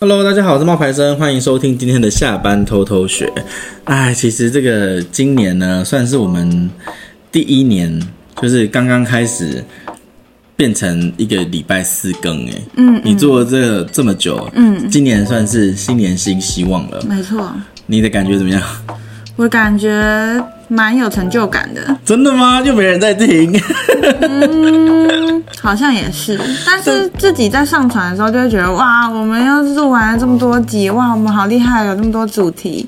Hello，大家好，我是冒牌生，欢迎收听今天的下班偷偷学。哎，其实这个今年呢，算是我们第一年，就是刚刚开始变成一个礼拜四更哎。嗯，你做这个这么久，嗯，今年算是新年新希望了。没错，你的感觉怎么样？ 我感觉蛮有成就感的，真的吗？又没人在 听，好像也是。但是自己在上传的时候，就会觉得哇，我们又录完了这么多集，哇，我们好厉害，有那么多主题，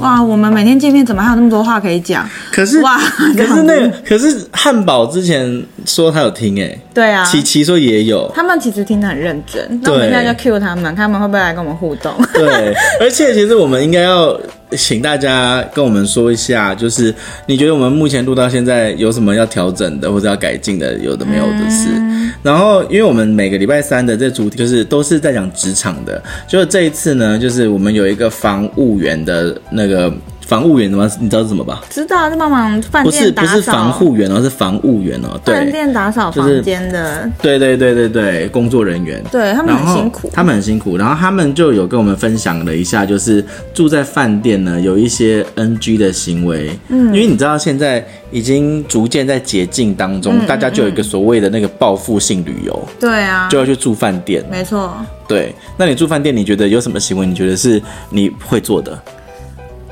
哇，我们每天见面怎么还有那么多话可以讲？可是哇可是那个，可是汉堡之前说他有听哎、对啊，琪琪说也有，他们其实听得很认真，那我们对现在就 cue 他们，看他们会不会来跟我们互 动？对，而且其实我们应该要请大家跟我们说一下，就是你觉得我们目前录到现在有什么要调整的，或者要改进的，有的没有的事。嗯然后，因为我们每个礼拜三的这主题就是都是在讲职场的，就是这一次呢，就是我们有一个防务员的那个防务员的吗？你知道是什么吧？知道，就帮忙饭不是店打不扫，是防护员哦，是防务员哦。饭对，店打扫就是房间的，对对对对对，工作人员。对他们然很后辛苦。他们很辛苦。然后他们就有跟我们分享了一下，就是住在饭店呢，有一些 NG 的行为。嗯，因为你知道现在已经逐渐在解禁当中，大家就有一个所谓的那个报复性旅游，对嗯啊，就要去住饭店。没错。对，那你住饭店，你觉得有什么行为？你觉得是你会做的？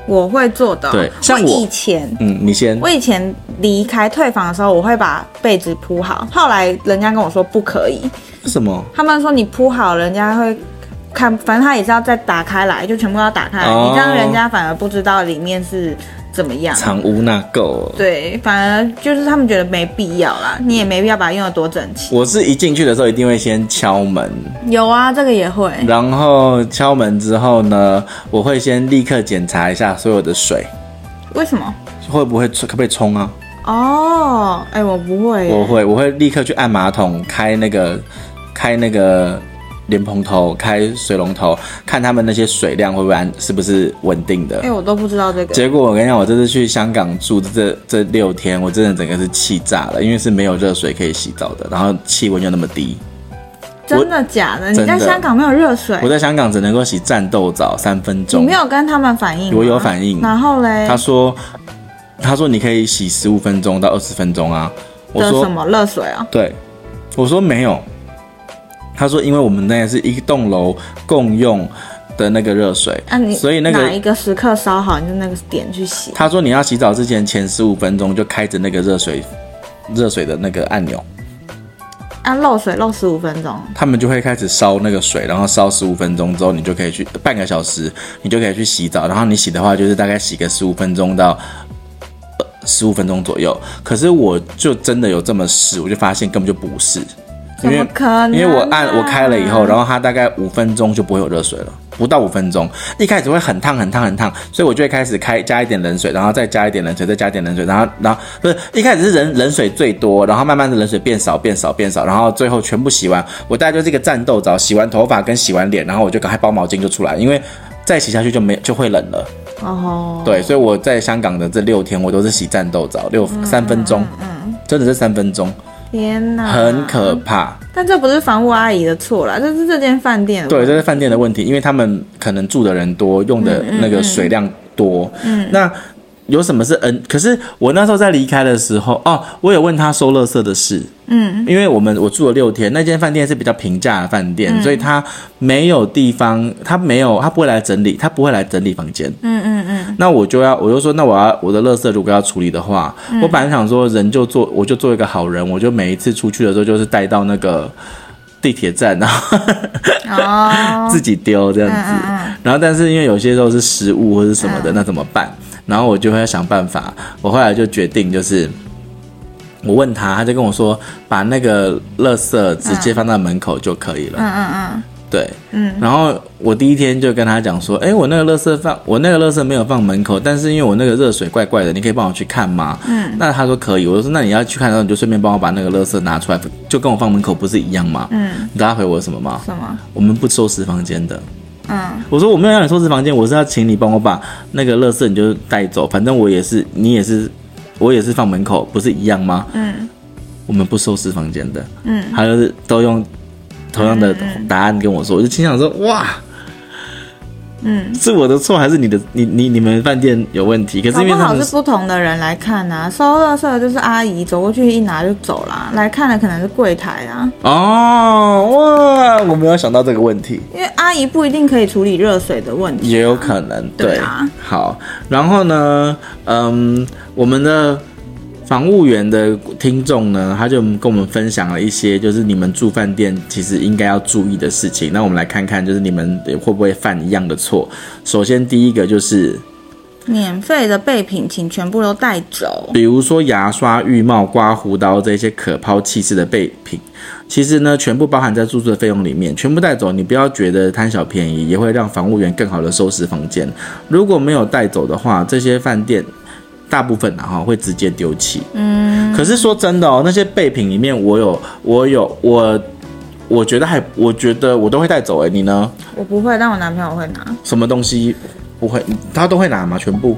我会做的哦、对像我以前嗯，你先。我以前离开退房的时候，我会把被子铺好。后来人家跟我说不可以，为什么？他们说你铺好，人家会看，反正他也是要再打开来，就全部都要打开来。哦你这样人家反而不知道里面是怎么样。藏污纳垢。对，反而就是他们觉得没必要啦，你也没必要把它用得多整齐。我是一进去的时候一定会先敲门，有啊，这个也会。然后敲门之后呢，我会先立刻检查一下所有的水。为什么？会不会冲可不可以冲啊？哦，哎、我不会耶。我会，我会立刻去按马桶，开那个，开那个莲蓬头，开水龙头，看他们那些水量会不会安，是不是稳定的哎、。我都不知道这个。结果我跟你讲，我这次去香港住这这六天，我真的整个是气炸了，因为是没有热水可以洗澡的，然后气温又那么低。真的假的？你真在的香港没有热水我？在香港只能够洗战斗澡三分你钟没，有跟他们反映吗？我有反应。然后嘞，他说，他说你可以洗十五分钟到二十分钟啊。我的说什么热水啊？对，我说没有。他说，因为我们那是一栋楼共用的那个热水，啊你所以那哪个一个时刻烧好，你就那个点去洗。他说你要洗澡之前前十五分钟就开着那个热水热水的那个按钮，啊，漏水漏十五分钟，他们就会开始烧那个水，然后烧十五分钟之后，你就可以去半个小时，你就可以去洗澡。然后你洗的话，就是大概洗个十五分钟到。呃十五分钟左右，可是我就真的有这么试，我就发现根本就不是，因怎为么可能啊、因为我按我开了以后，然后它大概五分钟就不会有热水了，不到五分钟，一开始会很烫很烫很烫，所以我就会开始开加一点冷水，然后再加一点冷水，再加一点冷水，然后然后不是一开始是冷冷水最多，然后慢慢的冷水变少变少变少，然后最后全部洗完，我大概就是一个战斗澡，洗完头发跟洗完脸，然后我就赶快包毛巾就出来，因为再洗下去就没就会冷了。哦，对，所以我在香港的这六天，我都是洗战斗澡，六三分钟，真的是三分钟，天哪，很可。怕。但这不是房屋阿姨的错啦，这是这间饭店的对，问题。嗯这是饭店的问题，因为他们可能住的人多，用的那个水量多。嗯，那有什么是 N？可是我那时候在离开的时候，哦，我有问他收垃圾的事。嗯，因为我们我住了六天，那间饭店是比较平价的饭店，嗯所以他没有地方，他没有，他不会来整理，他不会来整理房间。嗯嗯嗯，那我就要，我就说，那我要我的垃圾如果要处理的话，嗯我本来想说，人就做，我就做一个好人，我就每一次出去的时候，就是带到那个地铁站，然后 哦，自己丢这样子。然后，但是因为有些时候是食物或是什么的，那怎么办？然后我就会想办法。我后来就决定，就是我问他，他就跟我说，把那个垃圾直接放到门口就可以了。嗯嗯嗯。对，嗯，然后我第一天就跟他讲说，哎，我那个垃圾放，我那个垃圾没有放门口，但是因为我那个热水怪怪的，你可以帮我去看吗？嗯，那他说可以，我就说那你要去看的时候，你就顺便帮我把那个垃圾拿出来，就跟我放门口不是一样吗？嗯，你知道他回我什么吗？什么？我们不收拾房间的。嗯，我说我没有让你收拾房间，我是要请你帮我把那个垃圾你就带走，反正我也是，你也是，我也是放门口，不是一样吗？嗯，我们不收拾房间嗯的。嗯，他就是都用同样的答案跟我说，我就心想说哇，嗯，是我的错还是你的？你你你们饭店有问题？可是搞因为不他好们是不同的人来看啊，收垃圾的就是阿姨走过去一拿就走啦，来看的可能是柜台啊，哦哇，我没有想到这个问题，因为阿姨不一定可以处理热水的问题。也有可能对对啊好，然后呢，嗯，我们的。房务员的听众呢，他就跟我们分享了一些，就是你们住饭店其实应该要注意的事情。那我们来看看，就是你们会不会犯一样的错。首先，第一个就是免费的备品请全部都带走。比如说牙刷、浴帽、刮胡刀这些可抛弃式的备品，其实呢，全部包含在住宿的费用里面，全部带走。你不要觉得贪小便宜，也会让房务员更好的收拾房间。如果没有带走的话，这些饭店大部分啊哈会直接丢弃。嗯，可是说真的哦，那些备品里面我，有，我有，我。我觉得还，我觉得我都会带走诶、你呢？我不会，但我男朋友会拿，什么东西不会？他都会拿吗？全部？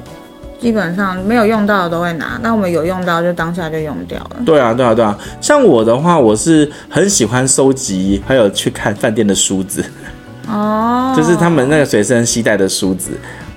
基本上没有用到的都会拿，但我们有用到就当下就用掉了。对啊，对啊，对啊。像我的话，我是很喜欢收集，还有去看饭店的梳子，哦，就是他们那个随身携带的梳子，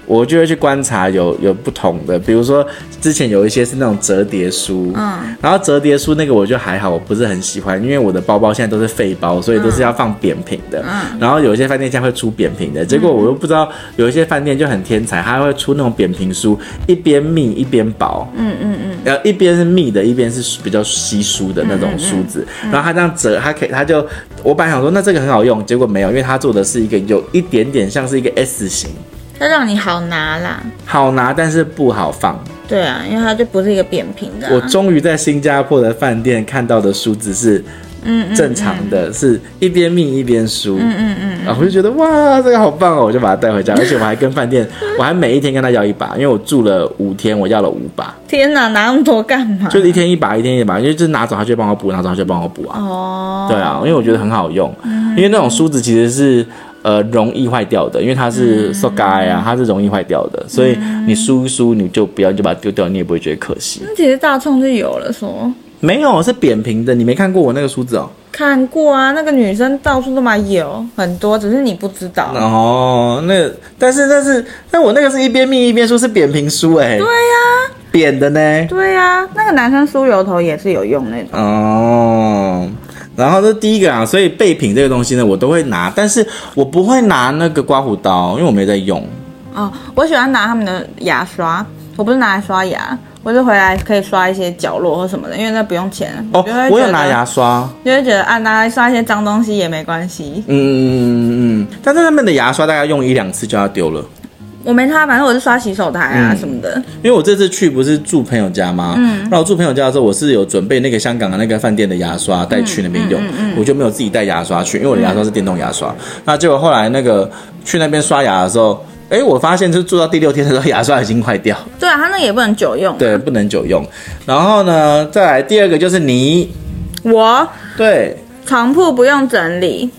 我就会去观察有有不同的，比如说之前有一些是那种折叠梳，嗯，然后折叠梳那个我就还好，我不是很喜欢，因为我的包包现在都是废包，所以都是要放扁平的。嗯然后有一些饭店现在会出扁平的，结果我又不知道，有一些饭店就很天才，它会出那种扁平梳，一边密一边薄。嗯嗯嗯。然后一边是密的，一边是比较稀疏的那种梳子。然后它这样折，它可以，它就我本来想说那这个很好用，结果没有，因为它做的是一个有一点点像是一个 S 型，它让你好拿啦。好拿但是不好放。对啊，因为它就不是一个扁平的、啊。我终于在新加坡的饭店看到的梳子是，嗯，正常的，是一边密一边梳，嗯嗯嗯，啊，我就觉得哇，这个好棒哦，我就把它带回家，而且我还跟饭店，我还每一天跟他要一把，因为我住了五天，我要了五把，天哪，拿那么多干嘛？就是一天一把，一天一把，因为就是拿走他就帮我补，拿走他就帮我补啊，哦，嗯对啊，因为我觉得很好用，因为那种梳子其实是。呃，容易坏掉的，因为它嗯是 s o g a 啊，它是容易坏掉的，所以你梳一梳，你就不要你就把它丢掉，你也不会觉得可惜。那其实大众就有了说。没有，是扁平的，你没看过我那个梳子哦。看过啊，那个女生到处都买有很多，只是你不知道。哦，那但是但是但我那个是一边密一边梳，是扁平梳哎、对呀、扁的呢。对呀、那个男生梳油头也是有用那种。哦，然后这第一个啊，所以备品这个东西呢，我都会拿，但是我不会拿那个刮胡刀，因为我没在用。哦，我喜欢拿他们的牙刷，我不是拿来刷牙，我是回来可以刷一些角落或什么的，因为那不用钱。哦就会，我有觉得拿牙，刷，就会觉得啊，拿来刷一些脏东西也没关系。嗯嗯嗯嗯嗯，但是他们的牙刷大概用一两次就要丢了。我没擦，反正我是刷洗手台啊、嗯什么的。因为我这次去不是住朋友家吗？嗯，然后我住朋友家的时候，我是有准备那个香港的那个饭店的牙刷带去那边嗯用，我就没有自己带牙刷去，因为我的牙刷是电动牙刷。那结果后来那个去那边刷牙的时候，哎，我发现就是住到第六天的时候，牙刷已经坏掉， 对啊，它那个也不能久用。对，不能久用。然后呢，再来第二个就是泥，我对，床铺不用整理，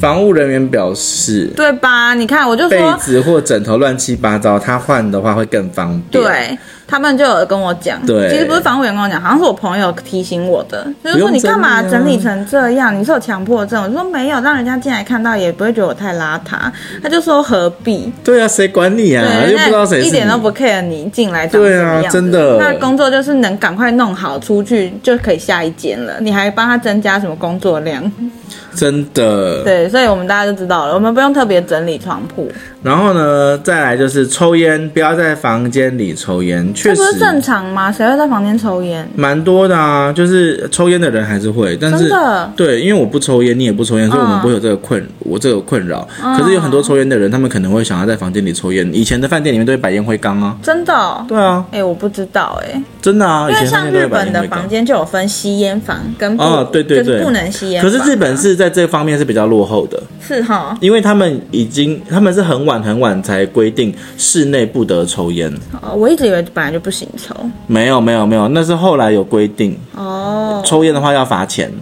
防务人员表示。对吧？你看，我就被说，子或枕头乱七八糟，他换的话会更方便。，对他们就有跟我讲，对其实不是房务员跟我讲，好像是我朋友提醒我的，就不是说用你干嘛整整理啊理成这样？你是有强迫症？我说没有，让人家进来看到也不会觉得我太邋遢。他就说何必？对啊，谁管你啊？对，又不知道人家谁是一点你都不 care 你进来长对什啊么样子真的那工作就是能赶快弄好，出去就可以下一间了。你还帮他增加什么工作量？嗯真的。对，所以我们大家就知道了，我们不用特别整理床铺，然后呢，再来就是抽烟，不要在房间里抽烟，确这实不是正常吗？谁会在房间抽烟？蛮多的啊。就是抽烟的人还是会，但是真的嗯对，因为我不抽烟，你也不抽烟，所以我们不会有这个困，我这个困扰。可是有很多抽烟的人，他们可能会想要在房间里抽烟。以前的饭店里面都会摆烟灰缸啊，真的、哦？对啊，哎、我不知道哎、真的啊，以因为前饭像店都日会摆本烟的灰房缸。间就有分吸烟房跟不、哦，对对就对，是不能吸烟可房。是日本是在这方面是比较落后的，是哈因为他们已经他们是很晚很晚才规定室内不得抽烟。哦，我一直以为本来就不行抽没有没有没有，那是后来有规定，哦，抽烟的话要罚钱。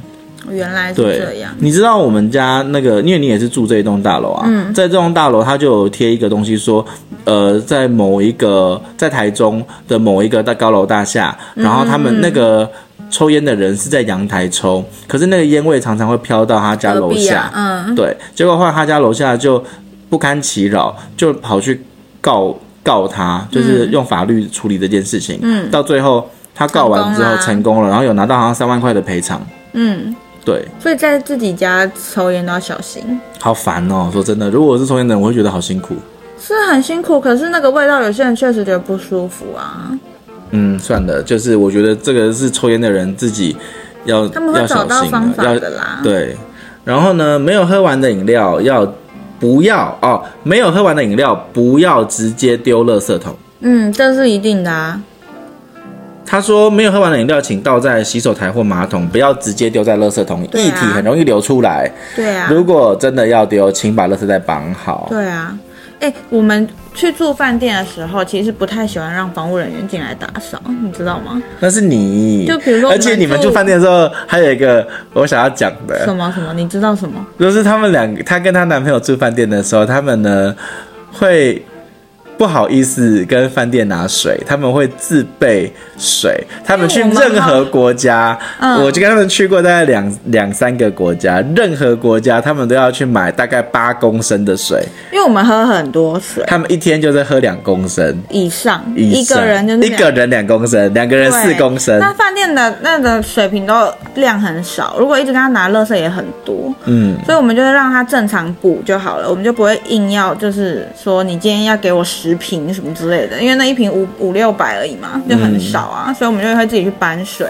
原来是对这样，。你知道我们家那个，因为你也是住这一栋大楼啊，嗯在这栋大楼它就有贴一个东西说，呃，在某一个在台中的某一个大高楼大厦，嗯然后他们那个。抽烟的人是在阳台抽，可是那个烟味常常会飘到他家隔楼壁下，啊，嗯，对，结果后来他家楼下就不堪其扰，就跑去告告他，就是用法律处理这件事情。嗯到最后他告完之后成成功了，然后有拿到好像三万块的赔偿。嗯，对，所以在自己家抽烟都要小心，好烦哦！说真的，如果我是抽烟的人，我会觉得好辛苦。是很辛苦，可是那个味道有些人确实觉得不舒服啊，嗯，算了，就是我觉得这个是抽烟的人自己要他们会要找小到心啊方法要的啦。，对，然后呢，没有喝完的饮料要不要哦？没有喝完的饮料不要直接丢垃圾桶。嗯，这是一定的啊。他说，没有喝完的饮料，请倒在洗手台或马桶，不要直接丢在垃圾桶，对啊液体很容易流出来。对啊，如果真的要丢，请把垃圾袋绑好。对啊，哎、我们去住饭店的时候，其实不太喜欢让房务人员进来打扫，你知道吗？那是你，就比如说而且你们我们住住饭店的时候，还有一个我想要讲的什，么什么，你知道什么？就是他们两个，她跟她男朋友住饭店的时候，他们呢会不好意思跟饭店拿水，他们会自备水。他们去因为我妈妈任何国家，嗯我就跟他们去过大概两两三个国家，任何国家他们都要去买大概八公升的水，因为我们喝很多水他们一天就是喝两公升。以上，以一个上人就是一两个人两公升，两个人对四公升，那饭店的那个水瓶都量很少，如果一直跟他拿，垃圾也很多，嗯，所以我们就是让他正常补就好了，我们就不会硬要就是说你今天要给我十瓶什么之类的，因为那一瓶五五六百而已嘛，嗯就很少啊，所以我们就会自己去搬水。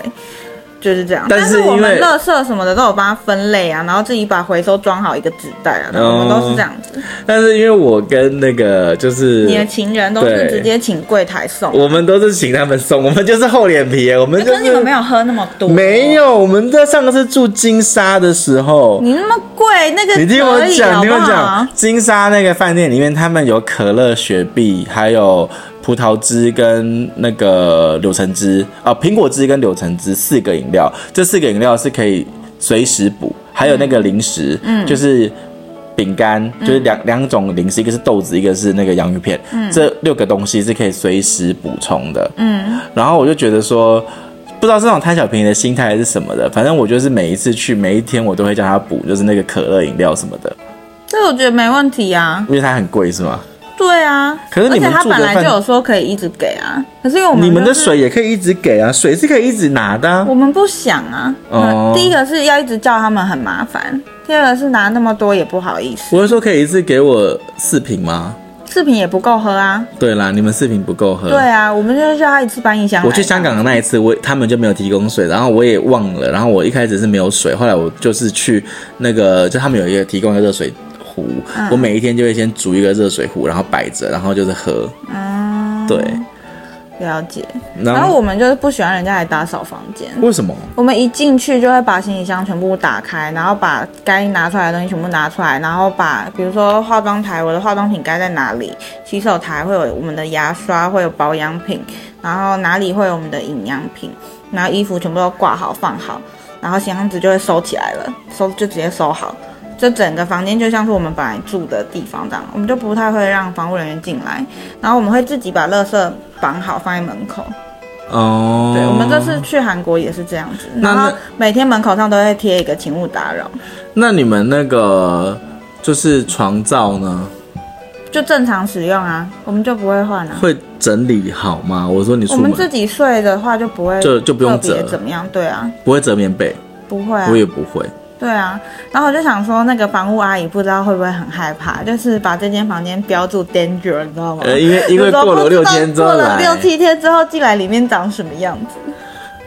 就是这样，但但是我因为们垃圾什么的都有帮他分类啊，然后自己把回收装好一个纸袋啊，哦然后我们都是这样子。但是因为我跟那个就是你的情人都对是直接请柜台送，哎我们都是请他们送，我们就是厚脸皮耶，我们就是可是你们没有喝那么多，没有，我们在上次住金沙的时候，你那么贵，那个你听我可以讲，好听不我好讲，金沙那个饭店里面，他们有可乐、雪碧，还有葡萄汁跟那个柳橙汁啊，苹果汁跟柳橙汁四个饮料，这四个饮料是可以随时补，还有那个零食，嗯，就是。饼干嗯就是两两种零食，一个是豆子，一个是那个洋芋片，这六个东西是可以随时补充的。嗯，然后我就觉得说，不知道是那种贪小便宜的心态还是什么的，反正我就是每一次去，每一天我都会叫他补，就是那个可乐饮料什么的，这我觉得没问题啊。因为它很贵是吗？对啊，可是你们而且他住的本来饭就有说可以一直给啊，可是因为我们、你们的，水也可以一直给啊，水是可以一直拿的、啊我。们不想啊。哦嗯，第一个是要一直叫他们很麻烦，第二个是拿那么多也不好意思，我是说可以一次给我四瓶吗？视频也不够喝啊。对啦，你们四瓶不够喝。对啊，我们就是叫他一次搬一嗯箱。我去香，港的那一次，我他们就没有提供水，然后我也忘了，然后我一开始是没有水，后来我就是去那个，就他们有一个提供一个热水壶，嗯我每一天就会先煮一个热水壶，然后摆着，然后就是喝。嗯，对，了解。然然后后我们就是不喜欢人家来打扫房间。为什么？我们一进去就会把行李箱全部打开，然后把该拿出来的东西全部拿出来，然后把比如说化妆台，我的化妆品该在哪里，洗手台会有我们的牙刷，会有保养品，然后哪里会有我们的营养品，然后衣服全部都挂好放好，然后箱子就会收起来了，收就直接收好。这整个房间就像是我们本来住的地方这样，我们就不太会让房务人员进来，然后我们会自己把垃圾绑好放在门口。哦，对，我们这次去韩国也是这样子，那然那后每天门口上都会贴一个“请勿打扰那你们那个就是床罩呢，”，就正常使用啊，我们就不会换啊。会整理好吗？我说你我出们门自己睡的话就不会就就不用特别折怎么样，对啊，不会折棉被，不会啊我，也不会。对啊。然后我就想说，那个房屋阿姨不知道会不会很害怕，就是把这间房间标注 danger，你知道吗？呃，因为因为就说过了不知六道天之后过了来，六七天之后进来里面长什么样子，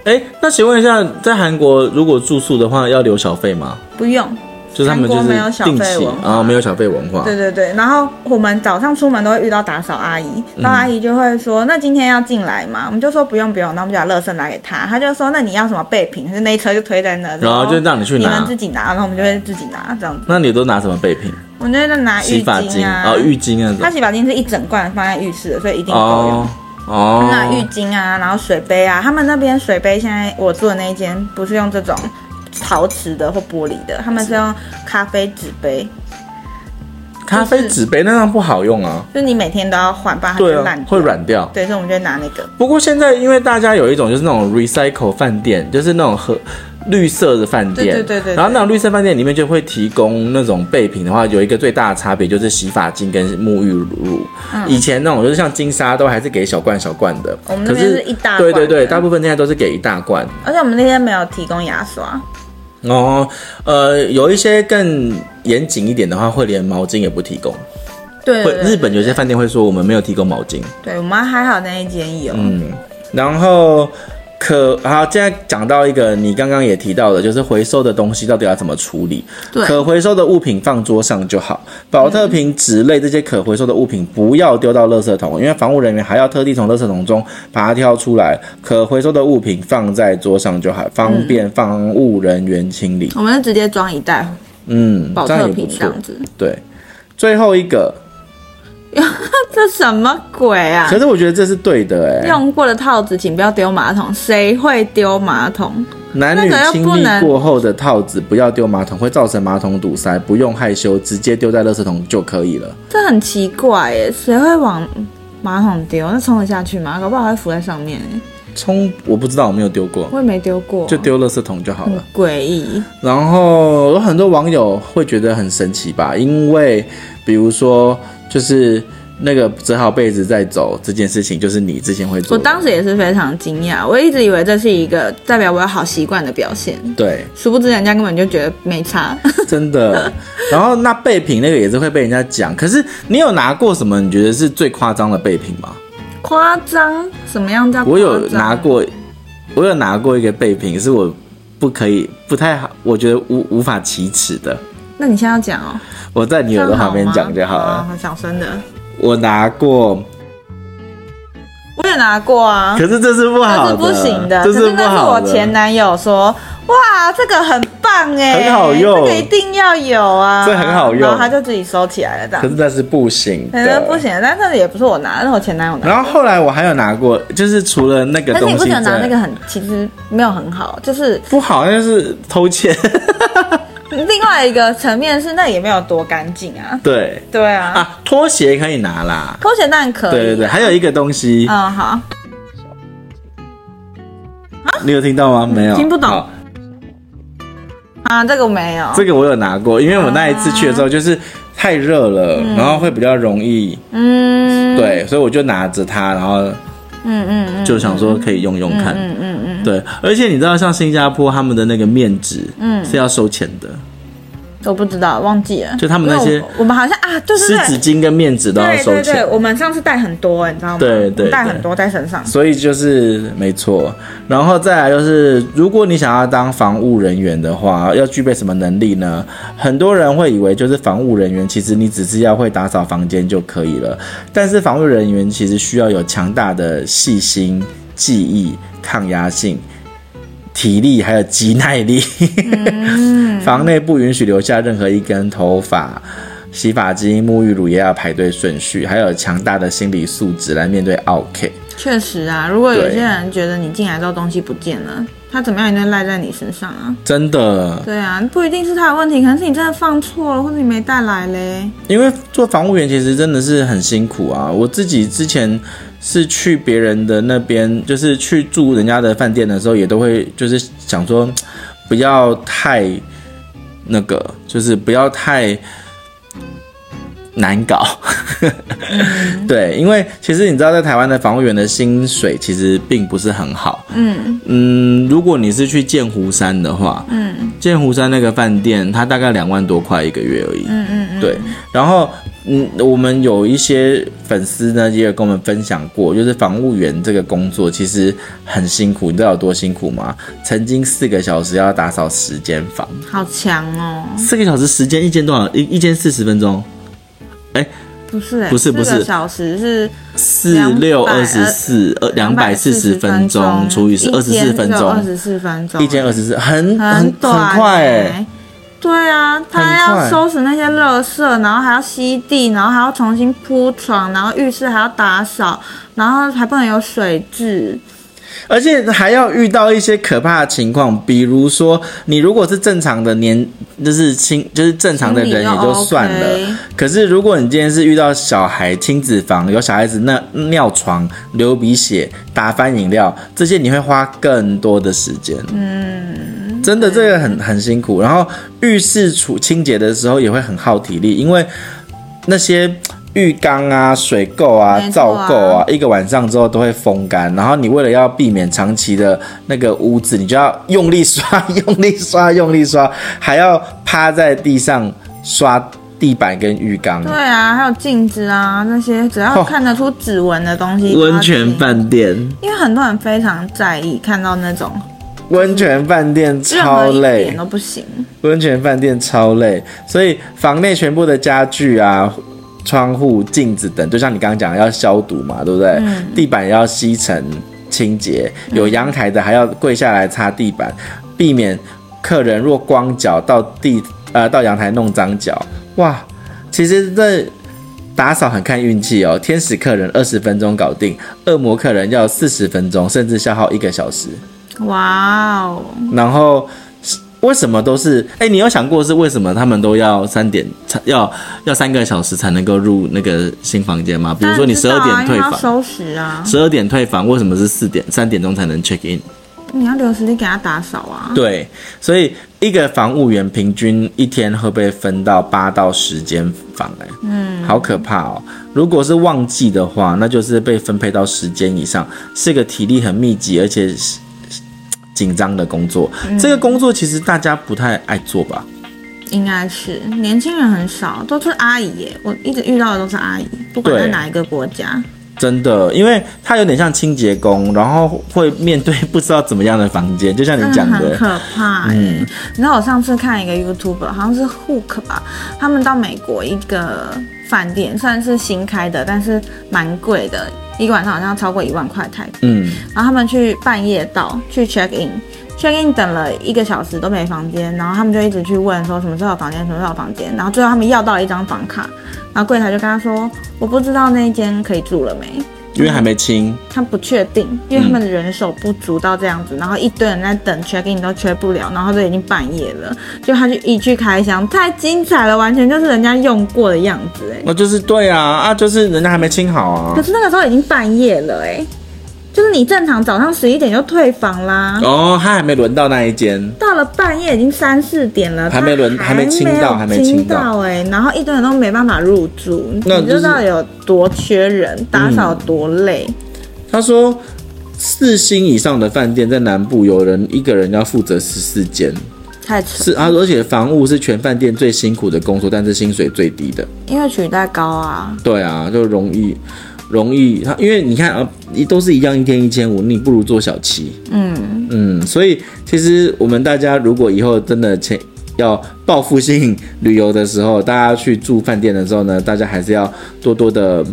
哎，那请问一下，在韩国如果住宿的话，要留小费吗？不用。就是他们就韩国是没有小费定期文化啊，没有小费文化。对对对，然后我们早上出门都会遇到打扫阿姨，嗯然后阿姨就会说：“那今天要进来吗？”我们就说：“不用不用。”那我们就把垃圾拿给她，她就说：“那你要什么备品？”就那一车就推在那，然后就让你去你拿们自己拿，然后我们就会自己拿这样子。那你都拿什么备品？我们就在拿洗浴发精巾啊，哦，浴巾那它种。洗发精是一整罐放在浴室的，所以一定够用。哦哦，那浴巾啊，然后水杯啊，他们那边水杯现在我住的那一间不是用这种陶瓷的或玻璃的，他们是用咖啡纸杯，咖啡纸杯那样不好用啊。就是你每天都要换，不然它对就啊烂，掉会软掉。对，所以我们就拿那个。不过现在因为大家有一种就是那种 recycle 饭店，就是那种盒绿色的饭店，对对对对对然后那种绿色饭店里面就会提供那种备品的话，有一个最大的差别就是洗发精跟沐浴乳。以前那种就是像金沙都还是给小罐小罐的，嗯我们那可边是一大罐对对对，的大部分现在都是给一大罐。而且我们那天没有提供牙刷，哦，呃，有一些更严谨一点的话，会连毛巾也不提供。对会对对日本有些饭店会说我们没有提供毛巾。对我们还好那一间有，嗯，然后可好，现在讲到一个你刚刚也提到的，就是回收的东西到底要怎么处理？对可回收的物品放桌上就好，保特瓶、纸类这些可回收的物品不要丢到垃圾桶，因为防务人员还要特地从垃圾桶中把它挑出来。可回收的物品放在桌上就好，方嗯便防务人员清理。我们就直接装一袋嗯，保这特样也不瓶啊这错。样子，对，最后一个，这什么鬼啊可？是我觉得这是对的哎、用过的套子请不要丢马桶，谁会丢马桶？男女亲密过后的套子不要丢马桶，会造成马桶堵塞，不用害羞，直接丢在垃圾桶就可以了。这很奇怪耶，谁会往马桶丢？那冲得下去吗？搞不好还会浮在上面耶，冲，我不知道，我没有丢过，我也没丢过，就丢垃圾桶就好很了。诡异。然后有很多网友会觉得很神奇吧，因为比如说就是那个折好被子再走这件事情，就是你之前会做我的，当时也是非常惊讶，我一直以为这是一个代表我有好习惯的表现，对，殊不知人家根本就觉得没差。真的。然后那备品那个也是会被人家讲，可是你有拿过什么你觉得是最夸张的备品吗？夸张？什么样叫夸张？我有拿过，我有拿过一个备品，是我不可以、不太好，我觉得无无法启齿的。那你现在要讲哦，我在你这耳朵样好旁边吗哦讲就好了。。我讲真的，我拿过，我也拿过啊，可是这是不但好是的，不行的。这可是不那是好我的。前男友说，哇，这个很棒哎，很好用这个一定要有啊，这很好用然后他就自己收起来了，这可样。是那是不行可是的，不。行，但那个也不是我拿，那是我前男友拿。然后后来我还有拿过，就是除了那个但是东你西不之觉外，得拿那个很，其实没有很好，就是不好，那就是偷窃。 另外一个层面是那也没有多干净啊。对对啊，啊，拖鞋可以拿啦。拖鞋当然可以。对对对，。还有一个东西，嗯，好，你有听到吗？没有，听不懂好啊，这个没有。这个我有拿过，因为我那一次去的时候啊就是太热了，然后会比较容易嗯，对，所以我就拿着它，然后嗯嗯嗯就想说可以用用看。嗯嗯嗯，对，而且你知道，像新加坡他们的那个面纸，嗯，是要收钱的，我不知道，忘记了。就他们那些因为我我们好像啊，对湿对纸对，巾跟面纸都要对收对对，钱，我们上次带很多，你知道吗？对对我们带对很多在身上。所以就是没错。然后再来就是，如果你想要当防务人员的话，要具备什么能力呢？很多人会以为就是防务人员，其实你只是要会打扫房间就可以了。但是防务人员其实需要有强大的细心、记忆、抗压性。体力还有肌耐力， 房内不允许留下任何一根头发，洗发精、沐浴乳也要排队顺序，还有强大的心理素质来面对 OK。确实啊，如果有对些人觉得你进来之后东西不见了，他怎么样也能赖在你身上啊。真的，对啊，不一定是他的问题，可能是你真的放错了，或者你没带来嘞。因为做防务员其实真的是很辛苦啊。我自己之前是去别人的那边，就是去住人家的饭店的时候，也都会就是想说，嘖不要太那个，就是不要太难搞。嗯 对，因为其实你知道，在台湾的防务员的薪水其实并不是很好。嗯嗯，如果你是去剑湖山的话，嗯剑湖山那个饭店，它大概两万多块一个月而已。嗯嗯嗯，对，然后嗯，我们有一些粉丝呢，也有跟我们分享过，就是防务员这个工作其实很辛苦，你知道有多辛苦吗？曾经四个小时要打扫十间房，好强哦。四个小时时间一间多少？一一间四十分钟，不是、欸，不是不是四个小时是四六二十四，呃，两百四十分钟除以是二十四分二钟，十四分钟，一间二十四，很很很短欸、很快哎、对啊，他很快要收拾那些垃圾，然后还要吸地，然后还要重新铺床，然后浴室还要打扫，然后还不能有水渍。而且还要遇到一些可怕的情况，比如说你如果是正常的年，就是亲，就是正常的人心理也就都算了。 OK 可是如果你今天是遇到小孩亲子房，有小孩子那尿床、流鼻血、打翻饮料这些，你会花更多的时间。嗯，嗯，真的这个很很辛苦。然后浴室处清洁的时候也会很耗体力，因为那些浴缸啊、水垢啊、没皂错垢啊啊，一个晚上之后都会风干。然后你为了要避免长期的那个污渍，你就要用力刷、 用力刷、用力刷，还要趴在地上刷地板跟浴缸。对啊，还有镜子啊那些，只要哦看得出指纹的东西，温泉饭，饭店，因为很多人非常在意看到那种温泉饭店任何超一累。点都不行。温泉饭店超累，所以房内全部的家具啊、窗户、镜子等，就像你刚刚讲的，要消毒嘛，对不对？地板也要吸尘清洁，有阳台的还要跪下来擦地板，避免客人若光脚到地呃到阳台弄脏脚。哇，其实这打扫很看运气哦，天使客人二十分钟搞定，恶魔客人要四十分钟，甚至消耗一个小时。哇哦，然后为什么都是？哎、你有想过是为什么他们都要三点，才要要三个小时才能够入那个新房间吗？比如说你十当二然知道啊点退因为要房，收拾啊，十二、点退房，为什么是四点三点钟才能 check in？你要留时间给他打扫啊。对，所以一个房务员平均一天会被分到八到十间房、哎，嗯，好可怕哦。如果是旺季的话，那就是被分配到十间以上，是个体力很密集而且是紧张的工作。嗯这个工作其实大家不太爱做吧？应该是年轻人很少，都是阿姨耶，我一直遇到的都是阿姨，不管在对哪一个国家。真的，因为它有点像清洁工，然后会面对不知道怎么样的房间，就像你讲真的很的，嗯可怕、欸。你知道我上次看一个 YouTuber，好像是 Hook 吧，他们到美国一个饭店，算是新开的，但是蛮贵的，一个晚上好像超过一万块台币。嗯，然后他们去半夜到去 check in，check in 等了一个小时都没房间，然后他们就一直去问说什么时候有房间，什么时候有房间，然后最后他们要到了一张房卡，然后柜台就跟他说我不知道那一间可以住了没，因为还没清，他不确定，因为他们人手不足到这样子，然后一堆人在等 check in 都 check 不了，然后都已经半夜了，就他就一句开箱，太精彩了，完全就是人家用过的样子哎、那就是对啊啊，就是人家还没清好啊可。是那个时候已经半夜了哎、就是你正常早上十一点就退房啦，哦，他还没轮到那一间，到了半夜已经三四点了，还没轮他还没清到还还没有清清到到哎、然后一堆人都没办法入住，那你就是知道有多缺人，打扫多累。嗯他说四星以上的饭店在南部有人一个人要负责十四间，太扯，是啊，而且房务是全饭店最辛苦的工作，但是薪水最低的。因为取代高啊，对啊，就容易容易，他因为你看啊，你都是一样一天一千五，你不如做小七。嗯，嗯，所以其实我们大家如果以后真的前要报复性旅游的时候，大家去住饭店的时候呢，大家还是要多多的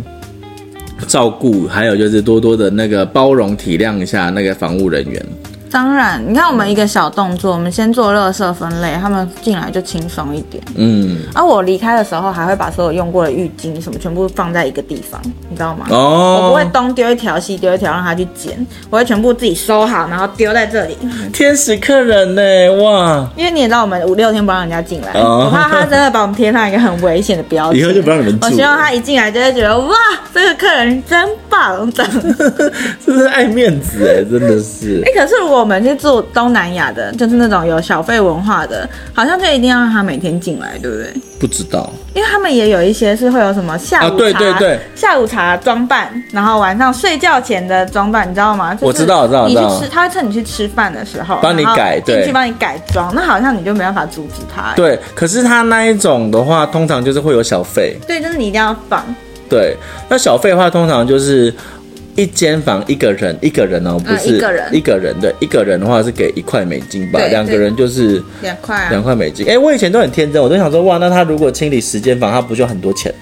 照顾，还有就是多多的那个包容体谅一下那个防务人员。当然，你看我们一个小动作，我们先做垃圾分类，他们进来就轻松一点。嗯，而、我离开的时候，还会把所有用过的浴巾什么全部放在一个地方，你知道吗？我不会哦，东丢一条西丢一条让他去捡，我会全部自己收好，然后丢在这里。天使客人呢？哇，因为你也知道，我们五六天不让人家进来，哦我怕他真的把我们贴上一个很危险的标 签。以后就不让你们住我希望他一进来就会觉得哇，这个客人真棒 这样。真是爱面子哎，真的是哎、。可是如果我们去住东南亚的，就是那种有小费文化的，好像就一定要让他每天进来，对不对？不知道，因为他们也有一些是会有什么下午茶，啊对对对下午茶装扮，然后晚上睡觉前的装扮，你知道吗？就是我知道我知道你去我知道吃，他会趁你去吃饭的时候帮你然后改对进去帮你改装，那好像你就没办法阻止他。对，可是他那一种的话，通常就是会有小费，对，就是你一定要放，对，那小费的话，通常就是一间房一个人，一个人哦，不嗯是、一个人一个人对，一个人的话是给一块美金吧，对两个对人就是两块啊两。块美金。哎、我以前都很天真，我都想说，哇，那他如果清理十间房，他不就很多钱？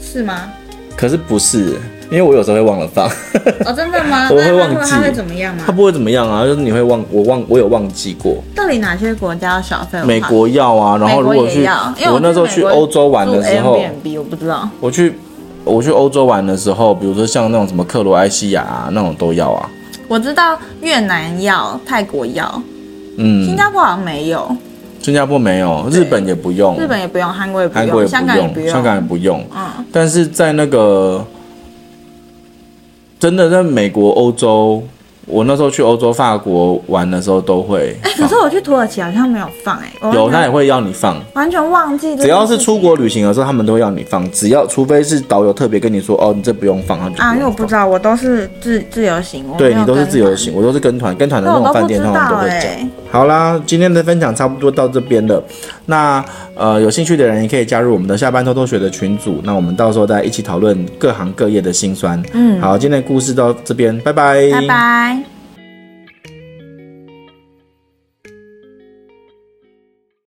是吗？可是不是，因为我有时候会忘了放， ？哦，真的吗我会那那忘如果记他会怎么样吗他？不会怎么样啊，就是你会忘，我忘，我有忘记过。到底哪些国家有哦小费文化？美国要啊，然后如果美去国也要因为我那时候去美国欧洲玩的时候住，Airbnb 我不知道。我去我去欧洲玩的时候，比如说像那种什么克罗埃西亚、啊、那种都要啊，我知道越南要，泰国要，嗯，新加坡好像没有，新加坡没有，日本也不用，日本也不用，韩国也不韩国用，也香不港也用，不用，香港也不用。嗯，但是在那个真的在美国、欧洲，我那时候去欧洲法国玩的时候都 会哎、可放是我去土耳其好像没有放哎、我有，完全他也会要你 放。完全忘记这件事情。只要是出国旅行的时候，他们都会要你放。只要除非是导游特别跟你说，哦，你这不用放，他就啊，因为我不放知道，我都是自自由行，我对没有你都是跟自由团，行，我都是跟团，跟团的那那我种都饭不知店通常都道会哎、讲。好啦，今天的分享差不多到这边了。那呃，有兴趣的人也可以加入我们的下班偷偷学的群组，那我们到时候再一起讨论各行各业的辛酸。嗯，好，今天的故事到这边，拜拜，拜拜。